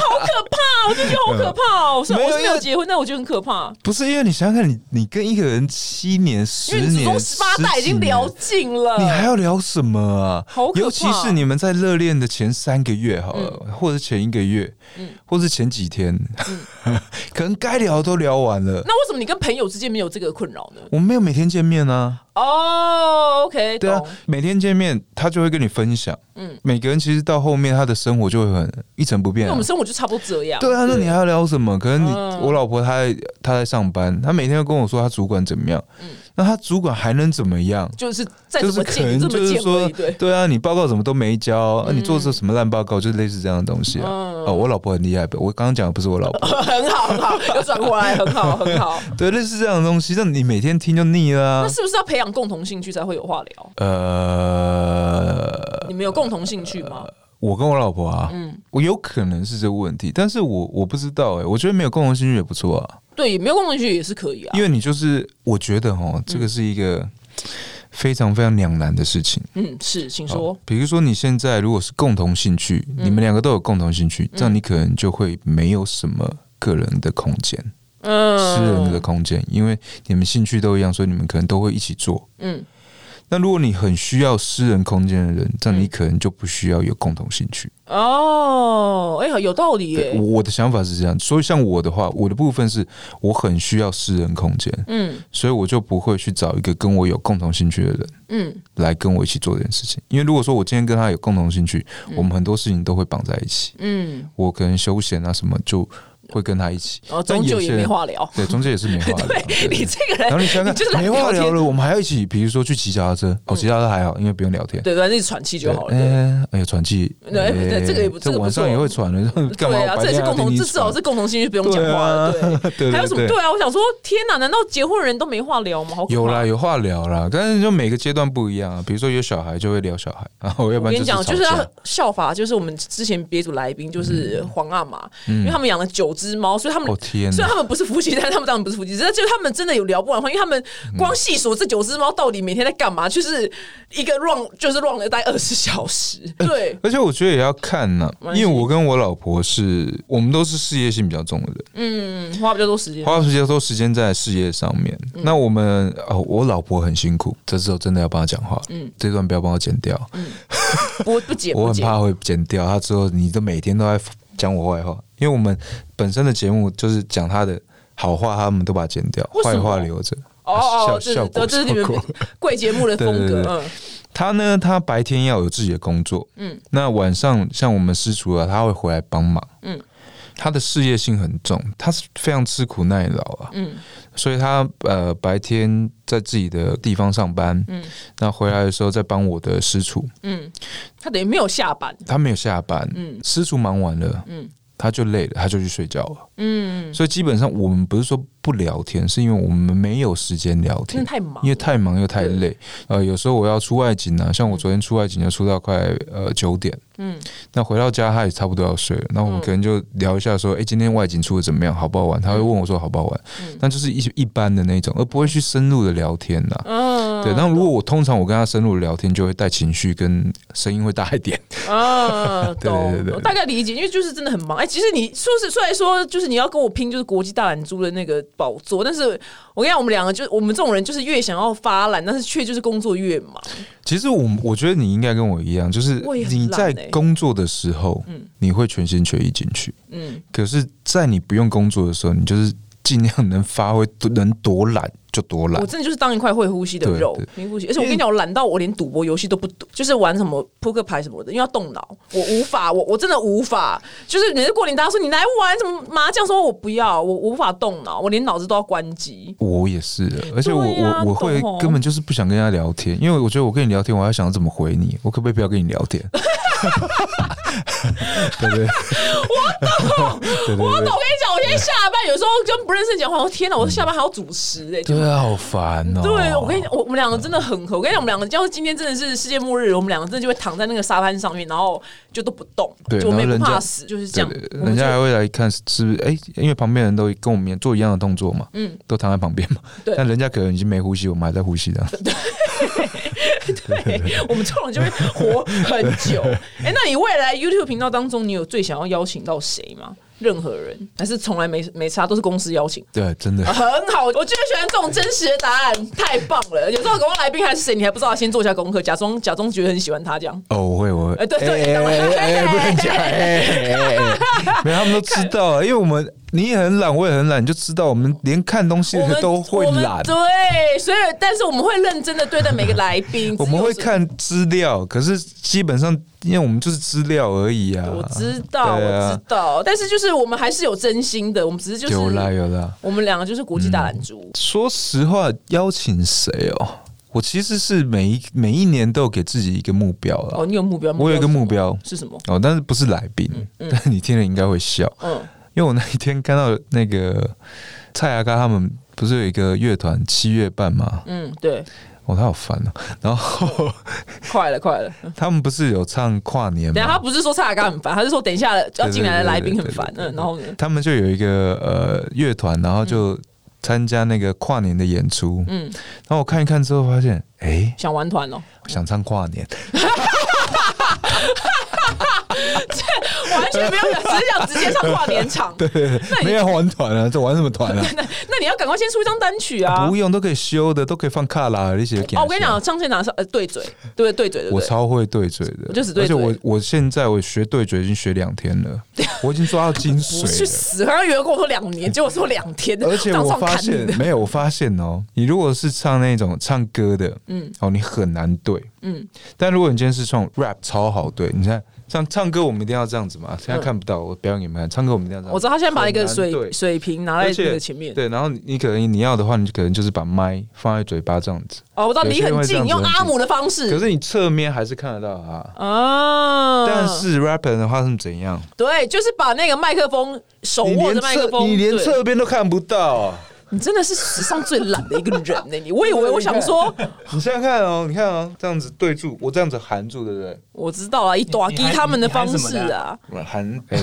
Speaker 1: 好可怕，我就觉得好可怕哦。虽然
Speaker 2: 没
Speaker 1: 我
Speaker 2: 有
Speaker 1: 是没有
Speaker 2: 因为
Speaker 1: 结婚，但我觉得很可怕，
Speaker 2: 不是因为你想想看，你你跟一个人七年、
Speaker 1: 因
Speaker 2: 十
Speaker 1: 为你祖
Speaker 2: 年、
Speaker 1: 宗十八代已
Speaker 2: 几
Speaker 1: 经
Speaker 2: 年
Speaker 1: 聊尽了。
Speaker 2: 你还要聊什么
Speaker 1: 呃
Speaker 2: 啊？
Speaker 1: 好可怕嗯
Speaker 2: 尤其是你们在热恋的前三个月好了，或者前一个月，或是前几天，
Speaker 1: 嗯
Speaker 2: 可能该聊的都聊完了。
Speaker 1: 那为什么你跟朋友之间没有这个困扰呢？
Speaker 2: 我没有每天见面啊，
Speaker 1: 哦，OK，
Speaker 2: 对啊
Speaker 1: 懂，，
Speaker 2: 每天见面他就会跟你分享。
Speaker 1: 嗯
Speaker 2: 每个人其实到后面他的生活就会很一成不
Speaker 1: 因
Speaker 2: 变、
Speaker 1: 为我
Speaker 2: 啊
Speaker 1: 们。生活就差不多这样。
Speaker 2: 对啊，那你还要聊什么？可能你、
Speaker 1: 嗯
Speaker 2: 我老婆她在她在上班，她每天都跟我说她主管怎么样，
Speaker 1: 嗯
Speaker 2: 那她主管还能怎么样？
Speaker 1: 就是再
Speaker 2: 就
Speaker 1: 怎
Speaker 2: 是
Speaker 1: 么
Speaker 2: 可
Speaker 1: 见这
Speaker 2: 能就
Speaker 1: 么
Speaker 2: 是
Speaker 1: 见而
Speaker 2: 说
Speaker 1: 已，对，。
Speaker 2: 对啊，你报告怎么都没交，啊、你做这什么烂报告，就是类似这样的东西啊。
Speaker 1: 嗯
Speaker 2: 哦，我老婆很厉害，我刚刚讲的不是我老 婆，
Speaker 1: 很好，很好，又转过来，很好，很好。
Speaker 2: 对，类似这样的东西，那你每天听就腻啊啦、
Speaker 1: 那是不是要培养共同兴趣才会有话聊？
Speaker 2: 呃，
Speaker 1: 你们有共同兴趣吗？
Speaker 2: 我跟我老婆啊，
Speaker 1: 嗯
Speaker 2: 我有可能是这个问题，但是我我不知道哎、我觉得没有共同兴趣也不错啊，
Speaker 1: 对，没有共同兴趣也是可以啊
Speaker 2: 因。为你就是我觉得哦，这个是一个非常非常两难的事情。
Speaker 1: 嗯，是，请
Speaker 2: 好
Speaker 1: 说。嗯
Speaker 2: 比如说你现在如果是共同兴趣，你们两个都有共同兴趣，这样你可能就会没有什么个人的空间、
Speaker 1: 嗯，
Speaker 2: 私人的空间，因为你们兴趣都一样，所以你们可能都会一起做。
Speaker 1: 嗯
Speaker 2: 那如果你很需要私人空间的人，这样你可能就不需要有共同兴趣。
Speaker 1: 嗯哦，哎、呀，有道理
Speaker 2: 对，
Speaker 1: 耶。
Speaker 2: 我的想法是这样，所以像我的话，我的部分是我很需要私人空间，
Speaker 1: 嗯
Speaker 2: 所以我就不会去找一个跟我有共同兴趣的人
Speaker 1: 嗯，
Speaker 2: 来跟我一起做这件事情。因为如果说我今天跟他有共同兴趣，我们很多事情都会绑在一起，
Speaker 1: 嗯，
Speaker 2: 我可能休闲啊什么就会跟他一起。
Speaker 1: 哦，
Speaker 2: 但
Speaker 1: 终究
Speaker 2: 有
Speaker 1: 也
Speaker 2: 些
Speaker 1: 没
Speaker 2: 人
Speaker 1: 话聊。
Speaker 2: 对，中间也是没话 聊。对
Speaker 1: 你这个
Speaker 2: 然后
Speaker 1: 人，
Speaker 2: 你想想，
Speaker 1: 你就是懒
Speaker 2: 没
Speaker 1: 得
Speaker 2: 话
Speaker 1: 聊天
Speaker 2: 聊了，我们还要一起，比如说去骑脚踏车。哦，骑脚踏车还好，因为不用聊天。
Speaker 1: 对，反正你喘气就好了。对
Speaker 2: 哎，哎呀，喘气。
Speaker 1: 对
Speaker 2: 哎
Speaker 1: 对这个也不
Speaker 2: 这
Speaker 1: 这个不
Speaker 2: 晚上
Speaker 1: 错
Speaker 2: 也会喘了，干嘛？
Speaker 1: 对啊，
Speaker 2: 白
Speaker 1: 这也
Speaker 2: 天
Speaker 1: 是
Speaker 2: 还要
Speaker 1: 共同，
Speaker 2: 听你
Speaker 1: 这至少
Speaker 2: 喘
Speaker 1: 是共同兴趣，不用讲话了。
Speaker 2: 对啊 对对
Speaker 1: 还有什么？
Speaker 2: 对
Speaker 1: 对啊，我想说，天哪，难道结婚的人都没话聊吗？好可怕
Speaker 2: 有啦，有话聊啦，但是就每个阶段不一样啊。比如说有小孩就会聊小孩，然后要不
Speaker 1: 我
Speaker 2: 然
Speaker 1: 跟你
Speaker 2: 是
Speaker 1: 讲，
Speaker 2: 吵
Speaker 1: 就是要
Speaker 2: 架。
Speaker 1: 效法，就是我们之前别组来宾就是皇阿玛，因为他们养了九只猫，所以他们、
Speaker 2: 嗯哦天
Speaker 1: 虽
Speaker 2: 哪
Speaker 1: 然！他们不是夫妻，但是他们当然不是夫妻， 只是就是他们真的有聊不完的话，因为他们
Speaker 2: 嗯
Speaker 1: 光细数这九只猫到底每天在干嘛，就是一个 run 就是 run 了大概二十小 时，对，
Speaker 2: 而且我觉得也要看呢、
Speaker 1: 关系
Speaker 2: 因为我跟我老婆是我们都是事业性比较重的人，
Speaker 1: 嗯，花比较多时间，
Speaker 2: 花时间都时间在事业上面。
Speaker 1: 嗯
Speaker 2: 那我们哦，我老婆很辛苦，这时候真的要帮她讲话。嗯，这段不要帮我剪掉，
Speaker 1: 不不解嗯
Speaker 2: 我
Speaker 1: 不
Speaker 2: 很
Speaker 1: 解，
Speaker 2: 怕会剪掉。她之后你都每天都在讲我坏话，因为我们本身的节目就是讲她的好话，他们都把它剪掉，
Speaker 1: 为什
Speaker 2: 坏
Speaker 1: 么
Speaker 2: 话留着。
Speaker 1: 哦哦，
Speaker 2: 效
Speaker 1: 这
Speaker 2: 效
Speaker 1: 是
Speaker 2: 果
Speaker 1: 这是你们
Speaker 2: 效果
Speaker 1: 贵节目的风格
Speaker 2: 对对，对
Speaker 1: 嗯
Speaker 2: 他呢，他白天要有自己的工作，
Speaker 1: 嗯
Speaker 2: 嗯，那晚上像我们师厨啊，他会回来帮忙，
Speaker 1: 嗯
Speaker 2: 嗯，他的事业性很重，他是非常吃苦耐劳啊，
Speaker 1: 嗯
Speaker 2: 所以他呃白天在自己的地方上班，
Speaker 1: 嗯
Speaker 2: 嗯，那回来的时候再帮我的师厨，
Speaker 1: 嗯，他等于没有下班，
Speaker 2: 他没有下班，
Speaker 1: 嗯
Speaker 2: 嗯，师厨忙完了，
Speaker 1: 嗯
Speaker 2: 嗯。他就累了，他就去睡觉了。
Speaker 1: 嗯，
Speaker 2: 所以基本上我们不是说不聊天，是因为我们没有时间聊
Speaker 1: 真
Speaker 2: 天
Speaker 1: 的。太忙
Speaker 2: 因，为太忙又太累，呃，有时候我要出外景啊，像我昨天出外景就出到快呃九点，
Speaker 1: 嗯
Speaker 2: 那回到家他也差不多要睡了，那我们可能就聊一下说，哎、今天外景出的怎么样，好不好玩？
Speaker 1: 嗯
Speaker 2: 他会问我说好不好玩，那就是一一般的那种，而不会去深入的聊天呐、
Speaker 1: 嗯，
Speaker 2: 对，那如果我通常我跟他深入地聊天，就会带情绪跟声音会大一点。
Speaker 1: 啊，
Speaker 2: 对
Speaker 1: 懂，
Speaker 2: 对对对
Speaker 1: 我大概理解，因为就是真的很忙。哎、其实你说是虽然说就是你要跟我拼就是国际大懒猪的那个宝座，但是我跟你讲，我们两个就我们这种人就是越想要发懒，但是却就是工作越忙。
Speaker 2: 其实我我觉得你应该跟我一样，就是
Speaker 1: 我也很
Speaker 2: 你在
Speaker 1: 懒欸
Speaker 2: 工作的时候，你会全心全意进去，
Speaker 1: 嗯，
Speaker 2: 可是，在你不用工作的时候，你就是尽量能发挥，能多懒就多懒
Speaker 1: 我。真的就是当一块会呼吸的
Speaker 2: 对
Speaker 1: 肉
Speaker 2: 对，
Speaker 1: 没呼吸。而且我跟你讲，我懒到我连赌博游戏都不赌，就是玩什么扑克牌什么的，因为要动脑，我无法，我我真的无法。就是每次过年大家说你来玩什么麻将，说我不要，我我无法动脑，我连脑子都要关机。
Speaker 2: 我也是，而且我、
Speaker 1: 对啊
Speaker 2: 我我会
Speaker 1: 懂哦
Speaker 2: 根本就是不想跟他聊天，因为我觉得我跟你聊天，我还要想怎么回你，我可不可以不要跟你聊天？对不对？我
Speaker 1: 我
Speaker 2: 懂，对
Speaker 1: 懂，
Speaker 2: 对对，
Speaker 1: 我跟你讲，我今天下班有时候跟不认识的人讲话，我天哪，我下班还要主持哎、就
Speaker 2: 对啊，好烦哦、
Speaker 1: 对，我跟你讲，我我们两个真的很合。我跟你讲，我们两个要是今天真的是世界末日，我们两个真的就会躺在那个沙滩上面，然后就都不动，
Speaker 2: 对
Speaker 1: 就我们
Speaker 2: 然后
Speaker 1: 也不怕
Speaker 2: 人家
Speaker 1: 死，就是这
Speaker 2: 对
Speaker 1: 样。
Speaker 2: 对
Speaker 1: 我
Speaker 2: 对
Speaker 1: 们
Speaker 2: 人
Speaker 1: 就
Speaker 2: 家还会来看是不是？哎、因为旁边人都跟我们做一样的动作嘛，
Speaker 1: 嗯
Speaker 2: 嗯，都躺在旁边嘛，
Speaker 1: 对
Speaker 2: 但人家可能已经没呼吸，我们还在呼吸 的。
Speaker 1: 对， 我们这种人就会活很久。哎、那你未来 YouTube 频道当中，你有最想要邀请到谁吗？任何人，还是从来没没差，都是公司邀请。
Speaker 2: 对，真的。
Speaker 1: 很好，我就是喜欢这种真实的答案，太棒了！有时候搞忘来宾还是谁，你还不知道，先做一下功课，假装假装觉得很喜欢他这样。
Speaker 2: 哦，我会，我会。
Speaker 1: 哎对对
Speaker 2: 哎哎哎哎，不能讲，哎哎哎哎，没有，他们都知道啊，因为我们你也很懒，我也很懒，你就知道我们连看东西
Speaker 1: 我们
Speaker 2: 都会
Speaker 1: 我们
Speaker 2: 懒，
Speaker 1: 对，所以但是我们会认真的对待每个来宾，
Speaker 2: 我们会
Speaker 1: 只有
Speaker 2: 看资料，可是基本上因为我们就是资料而已啊。
Speaker 1: 我知道，
Speaker 2: 对啊
Speaker 1: 我知道，但是就是我们还是有真心的，我们只是就是
Speaker 2: 有啦嗯有啦。
Speaker 1: 我们两个就是国际大懒猪，
Speaker 2: 说实话，邀请谁哦？我其实是每一每一年都有给自己一个目标
Speaker 1: 哦，
Speaker 2: 了，
Speaker 1: 你有目标吗？
Speaker 2: 我有一个目标
Speaker 1: 是什么？
Speaker 2: 哦，但是不是来宾，但你听了应该会笑。
Speaker 1: 嗯，
Speaker 2: 因为我那一天看到那个蔡阿嘎他们不是有一个乐团七月半嘛，
Speaker 1: 嗯，对，
Speaker 2: 哦，他好烦哦、然后
Speaker 1: 快了，快了。
Speaker 2: 他们不是有唱跨年
Speaker 1: 等一下他
Speaker 2: 嘛，
Speaker 1: 不是说蔡雅刚很烦，他是说等一下要进来的来宾很烦。
Speaker 2: 对对对对对
Speaker 1: 嗯，然后呢？
Speaker 2: 他们就有一个呃乐团，然后就参加那个跨年的演出。
Speaker 1: 嗯，
Speaker 2: 然后我看一看之后发现，哎、
Speaker 1: 想玩团哦，
Speaker 2: 我想唱跨年，
Speaker 1: 完全不要想，只是想直接上跨年 场。 那你
Speaker 2: 没人玩团啊，这玩什么团 啊？
Speaker 1: 那那你要赶快先出一张单曲啊
Speaker 2: 不！啊用都可以修的，都可以放卡啦那些。
Speaker 1: 哦，我跟你讲，，上现场是呃对嘴，对对嘴，对
Speaker 2: 我
Speaker 1: 对。
Speaker 2: 超会对嘴的，
Speaker 1: 我就只对嘴
Speaker 2: 而且我我现在我学对嘴已经学两天 了，我已经抓到精
Speaker 1: 不去
Speaker 2: 髓
Speaker 1: 死！他原来跟我说两年，结果说两天，
Speaker 2: 了。而且
Speaker 1: 当
Speaker 2: 我
Speaker 1: 场
Speaker 2: 发
Speaker 1: 砍你
Speaker 2: 现
Speaker 1: 的，
Speaker 2: 没有，我发现哦，你如果是唱那种唱歌的，嗯，哦，你很难对，嗯。但如果你今天是唱 rap，超好对。你看，像唱歌我们一定要这样子嘛，现在看不到，我表演给你们看。唱歌我们一定要这样。
Speaker 1: 嗯我知道他现在把一个
Speaker 2: 很难对
Speaker 1: 水水瓶拿在
Speaker 2: 而
Speaker 1: 那
Speaker 2: 且
Speaker 1: 个前面。
Speaker 2: 对，然后你你可能你要的话，你可能就是把麦放在嘴巴这样子，
Speaker 1: 哦，我知道离很近，
Speaker 2: 有些人会这样子
Speaker 1: 用阿姆的方
Speaker 2: 可
Speaker 1: 式
Speaker 2: 是你侧面还是看得到啊。
Speaker 1: 啊。
Speaker 2: 但是 rapper 的话是怎样？
Speaker 1: 对，就是把那个麦克风手
Speaker 2: 你
Speaker 1: 握
Speaker 2: 连
Speaker 1: 着麦克
Speaker 2: 侧
Speaker 1: 风，
Speaker 2: 你连
Speaker 1: 对
Speaker 2: 侧边都看不到啊、
Speaker 1: 你真的是史上最懒的一个人呢、你我以为我想说，
Speaker 2: 你想想看哦，你看哦，这样子对住，我这样子含住，对不对？
Speaker 1: 我知道啊，以短低他们的方式
Speaker 4: 你还你还什么的
Speaker 1: 啊，
Speaker 2: 含哎，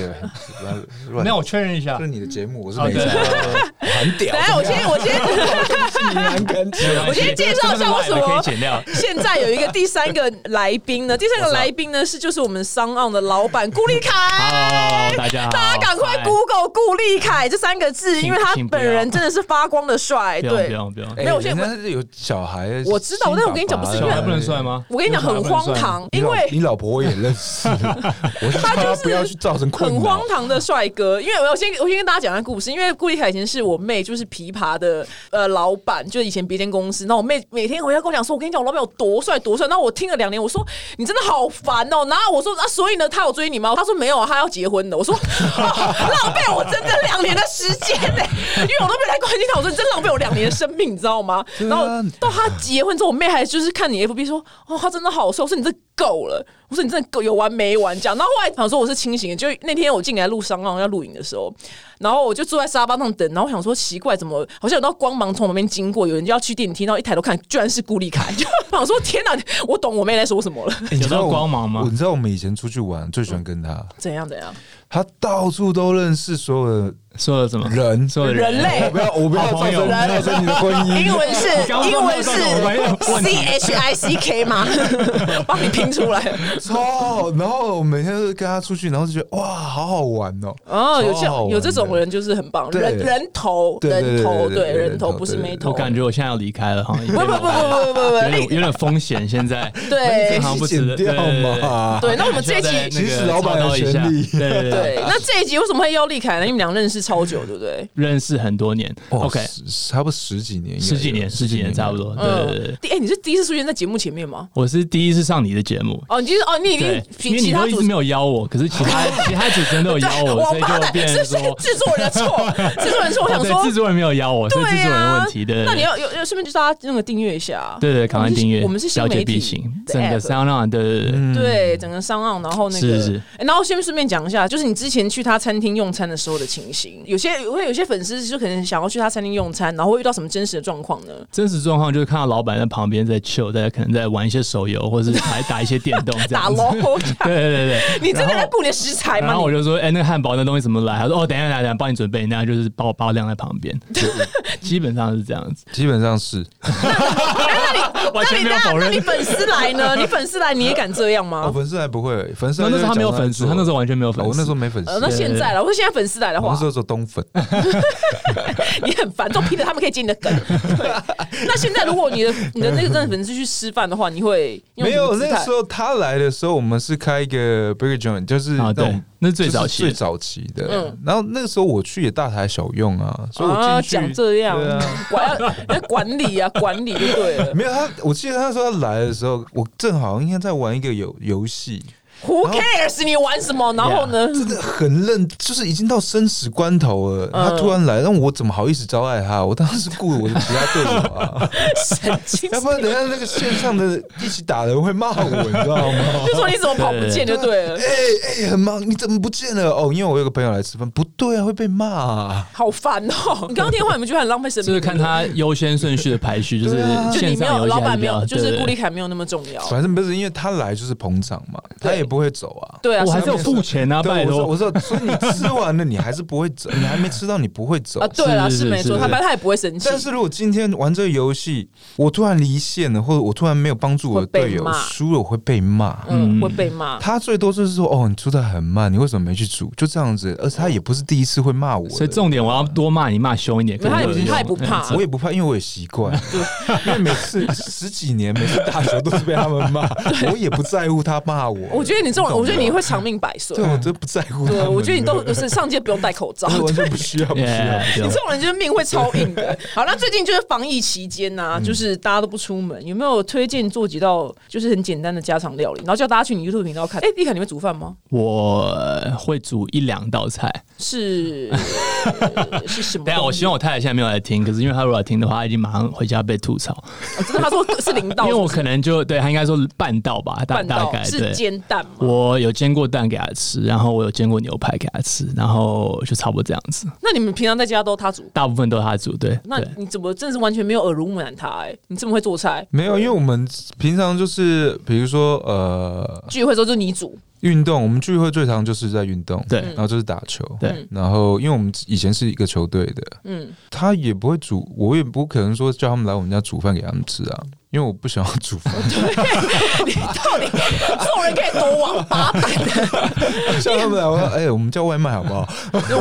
Speaker 2: 乱乱
Speaker 4: 没有，我确认一下
Speaker 2: 这是。你的节目，我是
Speaker 4: 哦，
Speaker 2: 没
Speaker 4: 对，
Speaker 2: 在。
Speaker 3: 很屌
Speaker 1: 等。一下我 先我先
Speaker 2: 你蛮干净的。
Speaker 4: 我
Speaker 1: 先介绍一下为什么
Speaker 4: 可以剪掉。
Speaker 1: 现在有一个第三个来宾呢，第三个来宾呢是就是我们商岸的老板顾立凯
Speaker 4: Hello，。大家好，
Speaker 1: 大家赶快
Speaker 4: 嗨
Speaker 1: Google 顾立凯这三个字，
Speaker 4: 请
Speaker 1: 因为他
Speaker 4: 请不
Speaker 1: 本
Speaker 4: 要
Speaker 1: 人真的是发光的帅。
Speaker 4: 不用不
Speaker 1: 对，
Speaker 4: 用不用，
Speaker 1: 没有我现在
Speaker 2: 哎人家是有小孩，
Speaker 1: 我知道
Speaker 2: 新
Speaker 1: 但我跟你讲
Speaker 2: 爸爸
Speaker 1: 不是
Speaker 4: 小
Speaker 1: 因为
Speaker 4: 孩不能帅？吗？
Speaker 1: 我跟你讲很荒唐，
Speaker 2: 你
Speaker 1: 因
Speaker 2: 老
Speaker 1: 为
Speaker 2: 你老婆我也认识，我是
Speaker 1: 他
Speaker 2: 叫
Speaker 1: 就
Speaker 2: 他
Speaker 1: 是
Speaker 2: 不要去造成困
Speaker 1: 很荒
Speaker 2: 扰。
Speaker 1: 唐的帅哥。因为我先我先跟大家讲一下故事，因为顾立凯以前是我妹，就是琵琶的呃老板，就是以前别间公司。那我妹每天回家跟我讲说，我跟你讲我老板有多帅多帅。那我听了两年，我说你真的好烦哦。然后我说啊，所以呢，他有追你吗？他说没有啊，他要结婚了。我说、 啊浪费我整整两年的时间呢、因为我都没来关心他。我说你真浪费我两年的生命，你知道吗？
Speaker 2: 对啊
Speaker 1: 然后到他结婚之后，我妹还就是看你 FB 说，哦，他真的好帅。我说你这够了，我说你真的够有完没完这样。然后后来想说我是清醒的，就那天我进来录商浪要录影的时候，然后我就坐在沙发上等，然后我想说奇怪，怎么好像有道光芒从旁边经过，有人就要去电梯，然后一抬头看，居然是顾立凯， 就想说天哪，我懂我妹在说什么了，
Speaker 2: 你知道
Speaker 4: 有
Speaker 2: 我
Speaker 4: 到光芒吗
Speaker 2: 我你知道我们以前出去玩最喜欢跟他，
Speaker 1: 怎样怎样，
Speaker 2: 他到处都认识所有的
Speaker 4: 说了什么？
Speaker 2: 人，
Speaker 4: 说了
Speaker 1: 人类
Speaker 2: 我不要，我不要
Speaker 4: 好
Speaker 2: 造
Speaker 4: 朋友
Speaker 2: 成造成你的婚姻。
Speaker 1: 英文是
Speaker 4: 你刚刚
Speaker 1: 英文是
Speaker 4: 说我没有问
Speaker 1: C H I C K 吗？ 帮你拼出来
Speaker 2: 超好，然后我每天都跟他出去，然后就觉得哇，好好玩哦。
Speaker 1: 哦，有这
Speaker 2: 超好玩的
Speaker 1: 有这种人就是很棒，
Speaker 2: 对
Speaker 1: 人人头
Speaker 2: 对对
Speaker 1: 人头
Speaker 2: 对对对
Speaker 1: 对
Speaker 2: 对
Speaker 1: 人头
Speaker 2: 人头
Speaker 1: 不是
Speaker 2: 对对
Speaker 1: 眉头，
Speaker 4: 我感觉我现在要离开了，好像有
Speaker 1: 不
Speaker 4: 点
Speaker 1: 不不不不不不
Speaker 4: 有点
Speaker 1: 不，
Speaker 4: 有点风险，现在
Speaker 1: 对
Speaker 4: 这行不值得
Speaker 2: 剪掉嘛
Speaker 1: 对，那我们这一
Speaker 4: 需要再
Speaker 1: 集
Speaker 4: 那
Speaker 2: 其
Speaker 4: 个
Speaker 2: 实老板有权利
Speaker 4: 操刀一下对对
Speaker 1: 对
Speaker 4: 对，，
Speaker 1: 那这一集为什么会邀立凯呢？你们俩认识超久，对不对？
Speaker 4: 认识很多年
Speaker 2: 哇
Speaker 4: ，OK，
Speaker 2: 十差不多十几年应该有，
Speaker 4: 十几年，十几年差不多，对对对
Speaker 1: 嗯。。第哎，你是第一次出现在节目前面吗？
Speaker 4: 我是第一次上你的节目，
Speaker 1: 哦，你就是哦，你已经
Speaker 4: 对，因
Speaker 1: 比
Speaker 4: 为
Speaker 1: 其
Speaker 4: 你
Speaker 1: 他
Speaker 4: 都一
Speaker 1: 主
Speaker 4: 直
Speaker 1: 持
Speaker 4: 没有邀我，可是 其他其他主持人都有邀
Speaker 1: 对
Speaker 4: 我，所以
Speaker 1: 妈
Speaker 4: 就
Speaker 1: 的，
Speaker 4: 变
Speaker 1: 是
Speaker 4: 成
Speaker 1: 是
Speaker 4: 说，哦
Speaker 1: 制作人的错，制作人错，我想
Speaker 4: 对
Speaker 1: 说
Speaker 4: 制作人没有邀我，所以制
Speaker 1: 对
Speaker 4: 作人
Speaker 1: 呀，
Speaker 4: 有问题对对对
Speaker 1: 那你要有有顺便就大家那个订阅一下，
Speaker 4: 对对，赶快订阅，
Speaker 1: 我们是
Speaker 4: 了
Speaker 1: 我们是新媒
Speaker 4: 解
Speaker 1: 体
Speaker 4: 必行，
Speaker 1: 的
Speaker 4: 整
Speaker 1: app
Speaker 4: 个三浪对对对
Speaker 2: 嗯
Speaker 4: 对。
Speaker 1: 对整个商岸，然后那个，
Speaker 4: 嗯是是
Speaker 1: 诶然后先顺便讲一下，就是你之前去他餐厅用餐的时候的情形，有些会有些粉丝就可能想要去他餐厅用餐，然后会遇到什么真实的状况呢？
Speaker 4: 真实状况就是看到老板在旁边在 chill，在可能在玩一些手游，或者是还打一些 电动这
Speaker 1: 打
Speaker 4: 样子。
Speaker 1: 喽，
Speaker 4: 对对对对，
Speaker 1: 你真的
Speaker 4: 然
Speaker 1: 在
Speaker 4: 后
Speaker 1: 顾你的食材吗？
Speaker 4: 然后我
Speaker 1: 你
Speaker 4: 就说，哎、那个汉堡那东西怎么来？他说，哦，等一下，等一下等一下，帮你准备。那就是把我包晾在旁 边，基本上是这样子，
Speaker 2: 基本上是
Speaker 4: 完
Speaker 1: 那
Speaker 4: 全
Speaker 1: 你
Speaker 4: 没有
Speaker 1: 那
Speaker 4: 否
Speaker 1: 那你
Speaker 4: 认。
Speaker 1: 粉丝来 呢？你粉丝来你也敢这样
Speaker 2: 哦，
Speaker 1: 吗？
Speaker 2: 粉丝还不会，粉丝
Speaker 4: 那
Speaker 2: 还
Speaker 4: 那时候他没有
Speaker 2: 就是讲
Speaker 4: 粉丝，
Speaker 2: 在
Speaker 4: 他
Speaker 2: 做
Speaker 4: 那时候完全没有粉
Speaker 2: 哦
Speaker 4: 丝。
Speaker 2: 我那时候没粉丝
Speaker 1: 呃，，那现在了，我说现在粉丝来的
Speaker 2: 我那
Speaker 1: 话
Speaker 2: 时，候做东粉，
Speaker 1: 你很烦，都逼着他们可以接你的 梗。对那现在如果你的你的那个真的粉丝去吃饭的话，你会用
Speaker 2: 没
Speaker 1: 什么
Speaker 2: 有
Speaker 1: 姿
Speaker 2: 那个
Speaker 1: 态
Speaker 2: 时候他来的时候，我们是开一个 Burger Joint，就是
Speaker 4: 啊
Speaker 2: 那
Speaker 4: 对
Speaker 2: 种
Speaker 4: 那是最早期
Speaker 2: 就是最早期的
Speaker 1: 嗯。
Speaker 2: 然后那个时候我去也大材小用啊，所以
Speaker 1: 啊，
Speaker 2: 我进
Speaker 1: 讲
Speaker 2: 去
Speaker 1: 这样
Speaker 2: 对啊。
Speaker 1: 管那管理啊，管理就对 了。
Speaker 2: 没有他，我记得他说他来的时候，我正好应该在玩一个游游戏，
Speaker 1: Who cares？你玩什么？然后呢？
Speaker 2: 真的很认，就是已经到生死关头了。
Speaker 1: 嗯
Speaker 2: 他突然来，让我怎么好意思招待他？我当然是雇我的其他队友 啊，
Speaker 1: 神经
Speaker 2: 要不然等一下那个线上的一起打的人会骂我，你知道吗？
Speaker 1: 就说你怎么跑不见就对了
Speaker 2: 哎，哎、很忙，你怎么不见了？哦，因为我有个朋友来吃饭，不对啊，会被骂、啊。
Speaker 1: 好烦哦！你刚刚电话有没有觉得很浪费生命？
Speaker 4: 就是看他优先顺序的排序，就是
Speaker 2: 对啊
Speaker 1: 就
Speaker 4: 线
Speaker 1: 你没
Speaker 4: 上
Speaker 1: 有
Speaker 4: 游戏
Speaker 1: 老
Speaker 4: 还
Speaker 1: 板
Speaker 4: 是比
Speaker 1: 没
Speaker 4: 较
Speaker 1: 有，就
Speaker 4: 对
Speaker 1: 是
Speaker 4: 对
Speaker 1: 顾立
Speaker 4: 对
Speaker 1: 凯没有那么重要。
Speaker 2: 反正不是，因为他来就是捧场嘛，他也不会走啊。
Speaker 1: 对啊，
Speaker 4: 我还
Speaker 1: 是
Speaker 4: 是有付钱啊，
Speaker 2: 对
Speaker 4: 拜托，
Speaker 2: 我说，我说，所以你吃完了，你还是不会走，你还没吃到，你不会走
Speaker 1: 啊，。对啦，
Speaker 4: 是
Speaker 1: 是
Speaker 4: 是
Speaker 1: 没
Speaker 4: 是
Speaker 1: 错，
Speaker 4: 是
Speaker 1: 他反正他也不会生气。
Speaker 2: 但是如果今天玩这个游戏，我突然离线了，或者我突然没有帮助我的队
Speaker 1: 会被
Speaker 2: 友
Speaker 1: 骂
Speaker 2: 输了，我会被骂。
Speaker 1: 嗯，
Speaker 4: 嗯
Speaker 1: 会被骂。
Speaker 2: 他最多就是说：“哦，你出的很慢，你为什么没去煮？”就这样子，而且他也不是第一次会骂我的，
Speaker 4: 所以重点我要多骂你，骂凶一点。
Speaker 1: 没有他也
Speaker 4: 更有
Speaker 1: 不
Speaker 4: 用
Speaker 1: 他也不怕
Speaker 2: 我也不怕，因为我也习惯， 因为每次十几年，每次打球都是被他们骂，我也不在乎他骂我。
Speaker 1: 我觉得你这种，
Speaker 2: 懂吗
Speaker 1: 我觉得你会长命百岁
Speaker 2: 对。我真不在乎他们
Speaker 1: 对，
Speaker 2: 的。
Speaker 1: 我觉得你 都 是上街不用戴口罩。
Speaker 2: 我完全不需要，不需要。
Speaker 4: Yeah，
Speaker 1: 你这种人就是命会超硬 的。好，那最近就是防疫期间呐、
Speaker 4: 嗯
Speaker 1: 就是大家都不出门，有没有推荐做几道就是很简单的家常料理，然后叫大家去你 YouTube 频道看？哎、丽凯，你会煮饭吗？
Speaker 4: 我会煮一两道菜。
Speaker 1: 是是什么？
Speaker 4: 等一下，我希望我太太现在没有来听，可是因为她如果来听的话，她已经马上回家被吐槽，
Speaker 1: 哦真的，他说 是零
Speaker 4: 因
Speaker 1: 道，
Speaker 4: 为我可能就对她应该说半道吧，大
Speaker 1: 半
Speaker 4: 大
Speaker 1: 道
Speaker 4: 概对
Speaker 1: 是。煎蛋吗？
Speaker 4: 我有煎过蛋给她吃，然后我有煎过牛排给她吃，然后就差不多这样子，
Speaker 1: 那你们平常在家都他煮？
Speaker 4: 大部分都是她煮。对，
Speaker 1: 那
Speaker 4: 对
Speaker 1: 你怎么真的是完全没有耳濡目染他、哎，你这么会做菜？
Speaker 2: 没有，因为我们平常就是，比如说呃，
Speaker 1: 聚会的时候就你 煮，
Speaker 2: 运动，我们聚会最常就是在运动，
Speaker 1: 嗯
Speaker 4: 对
Speaker 2: 然后就是打球，
Speaker 4: 对，
Speaker 2: 然后因为我们以前是一个球队的，
Speaker 1: 嗯，
Speaker 2: 他也不会煮，我也不可能说叫他们来我们家煮饭给他们吃啊，因为我不想要煮 饭，
Speaker 1: 你到底这种人可以多王八蛋？
Speaker 2: 叫他们来我说，哎、我们叫外卖好不好？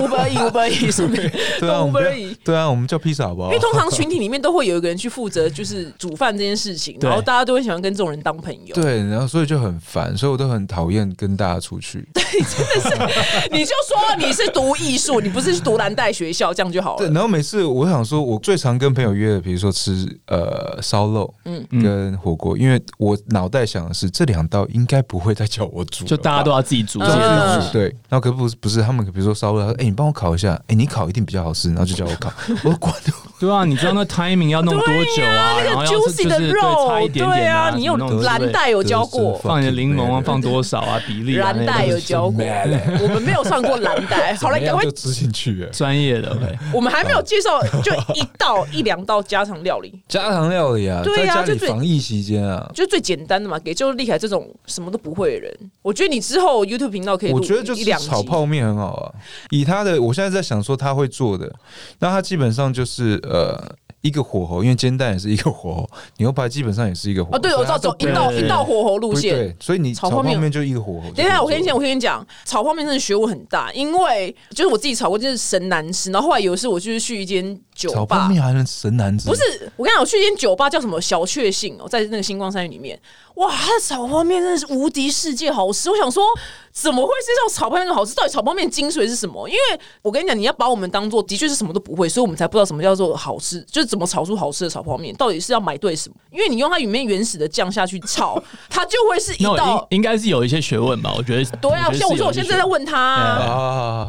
Speaker 1: 五百亿，五百亿，是不是？
Speaker 2: 对啊，我
Speaker 1: 五
Speaker 2: 们不要
Speaker 1: 百亿。
Speaker 2: 对啊，我们叫披萨好不好
Speaker 4: 哦
Speaker 1: 因为？通常群体里面都会有一个人去负责，就是煮饭这件事情，
Speaker 4: 对
Speaker 1: 然后大家都会喜欢跟这种人当朋友。
Speaker 2: 对，然后所以就很烦，所以我都很讨厌跟大家出去。
Speaker 1: 你就说你是读艺术，你不是去读蓝带学校，这样就好
Speaker 2: 对，
Speaker 1: 了。
Speaker 2: 然后每次我想说，我最常跟朋友约的，比如说吃呃烧肉，嗯，跟火锅，因为我脑袋想的是这两道应该不会再叫我煮了吧，
Speaker 4: 就大家都要自己煮，
Speaker 1: 嗯
Speaker 4: 自己
Speaker 1: 嗯
Speaker 4: 煮。
Speaker 1: 嗯
Speaker 2: 对，然后可不是不是他们，比如说烧肉，他说：“哎、你帮我烤一下，哎、你烤一定比较好吃。”然后就叫我 烤，我说管
Speaker 4: 对啊，你知道那 timing 要弄多久啊？
Speaker 1: 那
Speaker 4: 然后
Speaker 1: 个
Speaker 4: 要是
Speaker 1: juicy
Speaker 4: 就
Speaker 1: 的
Speaker 4: 是对差
Speaker 1: 肉
Speaker 4: 一，点
Speaker 1: 对
Speaker 4: 点
Speaker 1: 啊，你有
Speaker 4: 什么弄之类
Speaker 1: 蓝带有教过
Speaker 2: 对，
Speaker 4: 放你的柠檬啊，
Speaker 2: 对
Speaker 4: 放多 少啊，比例啊，
Speaker 1: 蓝带有教过，我们没有上过蓝 带。好了，赶
Speaker 2: 我
Speaker 1: 快
Speaker 2: 就，吃进去了。
Speaker 4: 专业的。OK
Speaker 1: 我们还没有介绍
Speaker 4: 嗯
Speaker 1: 就一道一两道家常料理，
Speaker 2: 家常料理啊，
Speaker 1: 对啊
Speaker 2: 在家
Speaker 1: 就
Speaker 2: 里
Speaker 1: 最
Speaker 2: 防疫期间啊，
Speaker 1: 就最简单的嘛，给就是厉害这种什么都不会的人。我觉得你之后 YouTube 频道可以录
Speaker 2: 我觉得就
Speaker 1: 一
Speaker 2: 是
Speaker 1: 两集
Speaker 2: 炒泡面很好啊。以他的，我现在在想说他会做的，那他基本上就是呃一个火候，因为煎蛋也是一个火候，牛排基本上也是一个火候。
Speaker 1: 哦，对，我
Speaker 2: 所以
Speaker 1: 知道
Speaker 2: 它
Speaker 1: 走
Speaker 2: 都
Speaker 1: 一道
Speaker 4: 对对
Speaker 1: 一道火候路
Speaker 2: 不
Speaker 1: 线。
Speaker 2: 对，所以你
Speaker 1: 炒
Speaker 2: 炒
Speaker 1: 泡
Speaker 2: 泡
Speaker 1: 面
Speaker 2: 面就一个火候。
Speaker 1: 等一下，我跟你讲，
Speaker 2: 我
Speaker 1: 我跟你讲，炒泡面真的学问很大，因为就是我自己炒过，就是神难吃。然后后来有一次，我就是去一间酒
Speaker 2: 炒泡
Speaker 1: 吧，
Speaker 2: 面还能神难吃？
Speaker 1: 不是我跟你讲，我去一间酒吧叫什么小确幸哦，在那个星光三月里面，哇，它的炒泡面真的是无敌世界好吃。我想说，怎么会是这种炒泡面那么好吃？到底炒泡面精髓是什么？因为我跟你讲，你要把我们当做的确是什么都不会，所以我们才不知道什么叫做好吃，就是怎么炒出好吃的炒泡面，到底是要买对什么？因为你用它里面原始的酱下去炒，它就会是一
Speaker 4: 那我
Speaker 1: 道。
Speaker 4: 应应该是有一些学问吧？我觉得
Speaker 1: 对啊，
Speaker 4: 觉得是
Speaker 1: 像我说，
Speaker 4: 有
Speaker 1: 我
Speaker 4: 一些
Speaker 1: 现在在问他啊、
Speaker 4: 嗯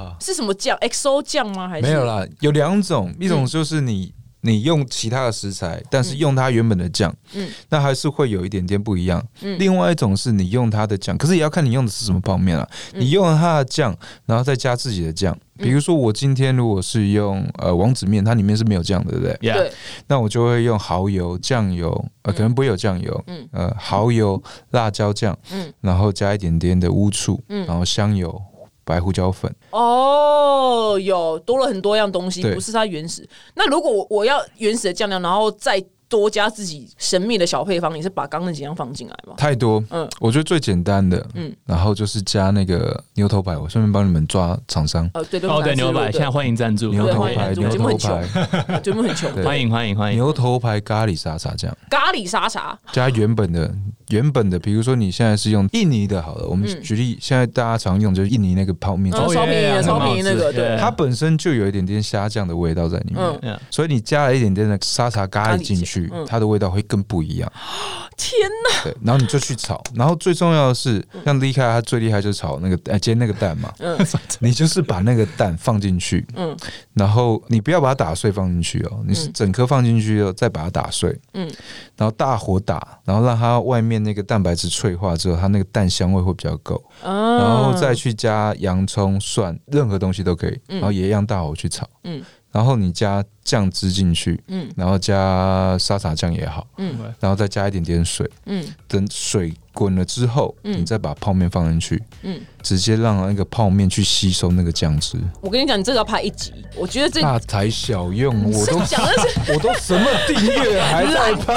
Speaker 2: 啊，
Speaker 1: 是什么酱？XO 酱吗？还是嗯
Speaker 2: 没有？啦，有两种，一种就是你。你用其他的食材，但是用它原本的酱，
Speaker 1: 嗯
Speaker 2: 嗯，那还是会有一点点不一样。另外一种是你用它的酱，可是也要看你用的是什么泡面啊。
Speaker 1: 嗯
Speaker 2: 你用了它的酱，然后再加自己的酱。比如说，我今天如果是用呃王子面，它里面是没有酱的，对不对？
Speaker 4: Yeah
Speaker 1: 对，
Speaker 2: 那我就会用蚝油、酱油，呃，可能不会有酱油，
Speaker 1: 嗯
Speaker 2: 呃，蚝油、辣椒酱，
Speaker 1: 嗯
Speaker 2: 然后加一点点的乌醋，
Speaker 1: 嗯
Speaker 2: 然后香油、白胡椒粉，
Speaker 1: 哦，有多了很多样东西，
Speaker 2: 对
Speaker 1: 不是它原始。那如果我我要原始的酱料，然后再多加自己神秘的小配方，你是把刚刚那几样放进来吗？
Speaker 2: 太多。
Speaker 1: 嗯
Speaker 2: 我觉得最简单的，
Speaker 1: 嗯
Speaker 2: 嗯，然后就是加那个牛头牌，我顺便帮你们抓厂商。
Speaker 1: 呃，对，
Speaker 4: 哦，对牛排，现在欢迎赞助，
Speaker 2: 牛头
Speaker 1: 欢迎
Speaker 2: 牌，
Speaker 1: 赞助
Speaker 2: 牛
Speaker 1: 节目
Speaker 2: 头
Speaker 1: 很穷
Speaker 2: 牌，
Speaker 1: 在节目很穷。
Speaker 2: 对
Speaker 4: 欢迎欢迎
Speaker 1: 哎
Speaker 4: 欢迎，
Speaker 2: 牛头牌咖喱沙茶酱，
Speaker 1: 咖喱沙茶，
Speaker 2: 加原本的原本的，比如说你现在是用印尼的，好了，我们
Speaker 1: 嗯
Speaker 2: 举例，现在大家常用就是印尼那个泡面，
Speaker 1: 嗯
Speaker 4: 哦
Speaker 1: 超
Speaker 4: 耶
Speaker 1: 便宜的
Speaker 4: 很
Speaker 1: 超
Speaker 4: 好
Speaker 1: 便宜那
Speaker 4: 吃
Speaker 1: 个对
Speaker 4: 耶
Speaker 2: 它本身就有一点点虾酱的味道在里面，
Speaker 1: 嗯，
Speaker 4: Yeah
Speaker 2: 所以你加了一点点的沙茶咖喱进
Speaker 1: 咖喱
Speaker 2: 去
Speaker 1: 酱嗯，
Speaker 2: 它的味道会更不一样。
Speaker 1: 天哪，
Speaker 2: 对，然后你就去炒，然后最重要的是，像厉害他最厉害就是炒那个呃煎那个蛋嘛，
Speaker 1: 嗯
Speaker 2: 你就是把那个蛋放进去，
Speaker 1: 嗯
Speaker 2: 然后你不要把它打碎放进去哦，你是整颗放进去哦，再把它打碎，
Speaker 1: 嗯
Speaker 2: 然后大火打，然后让它外面那个蛋白质脆化之后，它那个蛋香味会比较够，
Speaker 1: 啊，
Speaker 2: 然后再去加洋葱、蒜，任何东西都可以，
Speaker 1: 嗯
Speaker 2: 然后也一样大火去炒，
Speaker 1: 嗯
Speaker 2: 然后你加酱汁进去，
Speaker 1: 嗯
Speaker 2: 然后加沙茶酱也好，
Speaker 1: 嗯
Speaker 2: 然后再加一点点水，
Speaker 1: 嗯
Speaker 2: 等水滚了之后，你再把泡面放进去，
Speaker 1: 嗯
Speaker 2: 嗯，直接让那个泡面去吸收那个酱汁，
Speaker 1: 我跟你讲，你这个要拍一集，我觉得这
Speaker 2: 大材小用，啊我都
Speaker 1: 这讲的是
Speaker 2: 我都什么订阅还 在拍，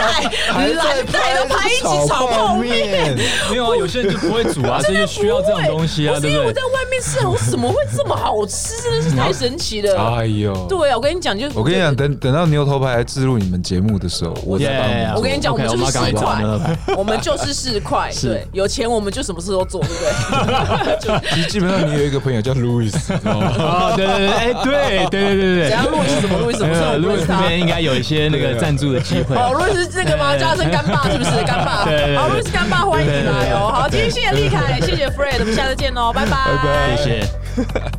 Speaker 2: 还在
Speaker 1: 懒得拍一起炒泡
Speaker 2: 面，
Speaker 4: 没有啊，有些人就不会煮啊，所以就需要这种东西啊，
Speaker 1: 不是
Speaker 4: 对嗯
Speaker 1: 因为
Speaker 4: 不
Speaker 1: 我
Speaker 4: 对
Speaker 1: 在？外面吃，我怎么会这么好吃？真的是太神奇了。
Speaker 2: 哎呦，
Speaker 1: 对啊，我跟你讲，就
Speaker 2: 我跟你讲，，等等到牛头牌来置入你们节目的时候，我再帮你们
Speaker 4: Yeah，
Speaker 1: 我跟你讲
Speaker 4: OK，
Speaker 1: 我
Speaker 4: 我
Speaker 1: 们
Speaker 4: 们
Speaker 1: 就
Speaker 4: 要
Speaker 1: 是
Speaker 4: 赶快
Speaker 1: 四块
Speaker 4: 找牛排。
Speaker 1: 我们就是四块，
Speaker 4: 是
Speaker 1: 对，有钱我们就什么事都做，对 不对？
Speaker 2: 其实基本上你有一个朋友叫 Louis，你知道吗
Speaker 4: 哦，对对对，哎，对对对对
Speaker 1: 怎。
Speaker 4: 对
Speaker 1: 样路易斯怎么路易斯 怎么
Speaker 4: 呃，
Speaker 1: 算
Speaker 4: 如
Speaker 1: 路
Speaker 4: 果
Speaker 1: 易斯
Speaker 4: 这
Speaker 1: 他？
Speaker 4: 边应该有一些那个赞助的机会啊
Speaker 1: 哦，，路易斯这个吗？叫他声干爸 是不是？干爸
Speaker 4: 对对，对
Speaker 1: 好，路易斯干爸欢迎你来哦。好，今天谢谢丽凯，谢谢 Fred，我们下次见哦，拜拜，
Speaker 4: 谢谢。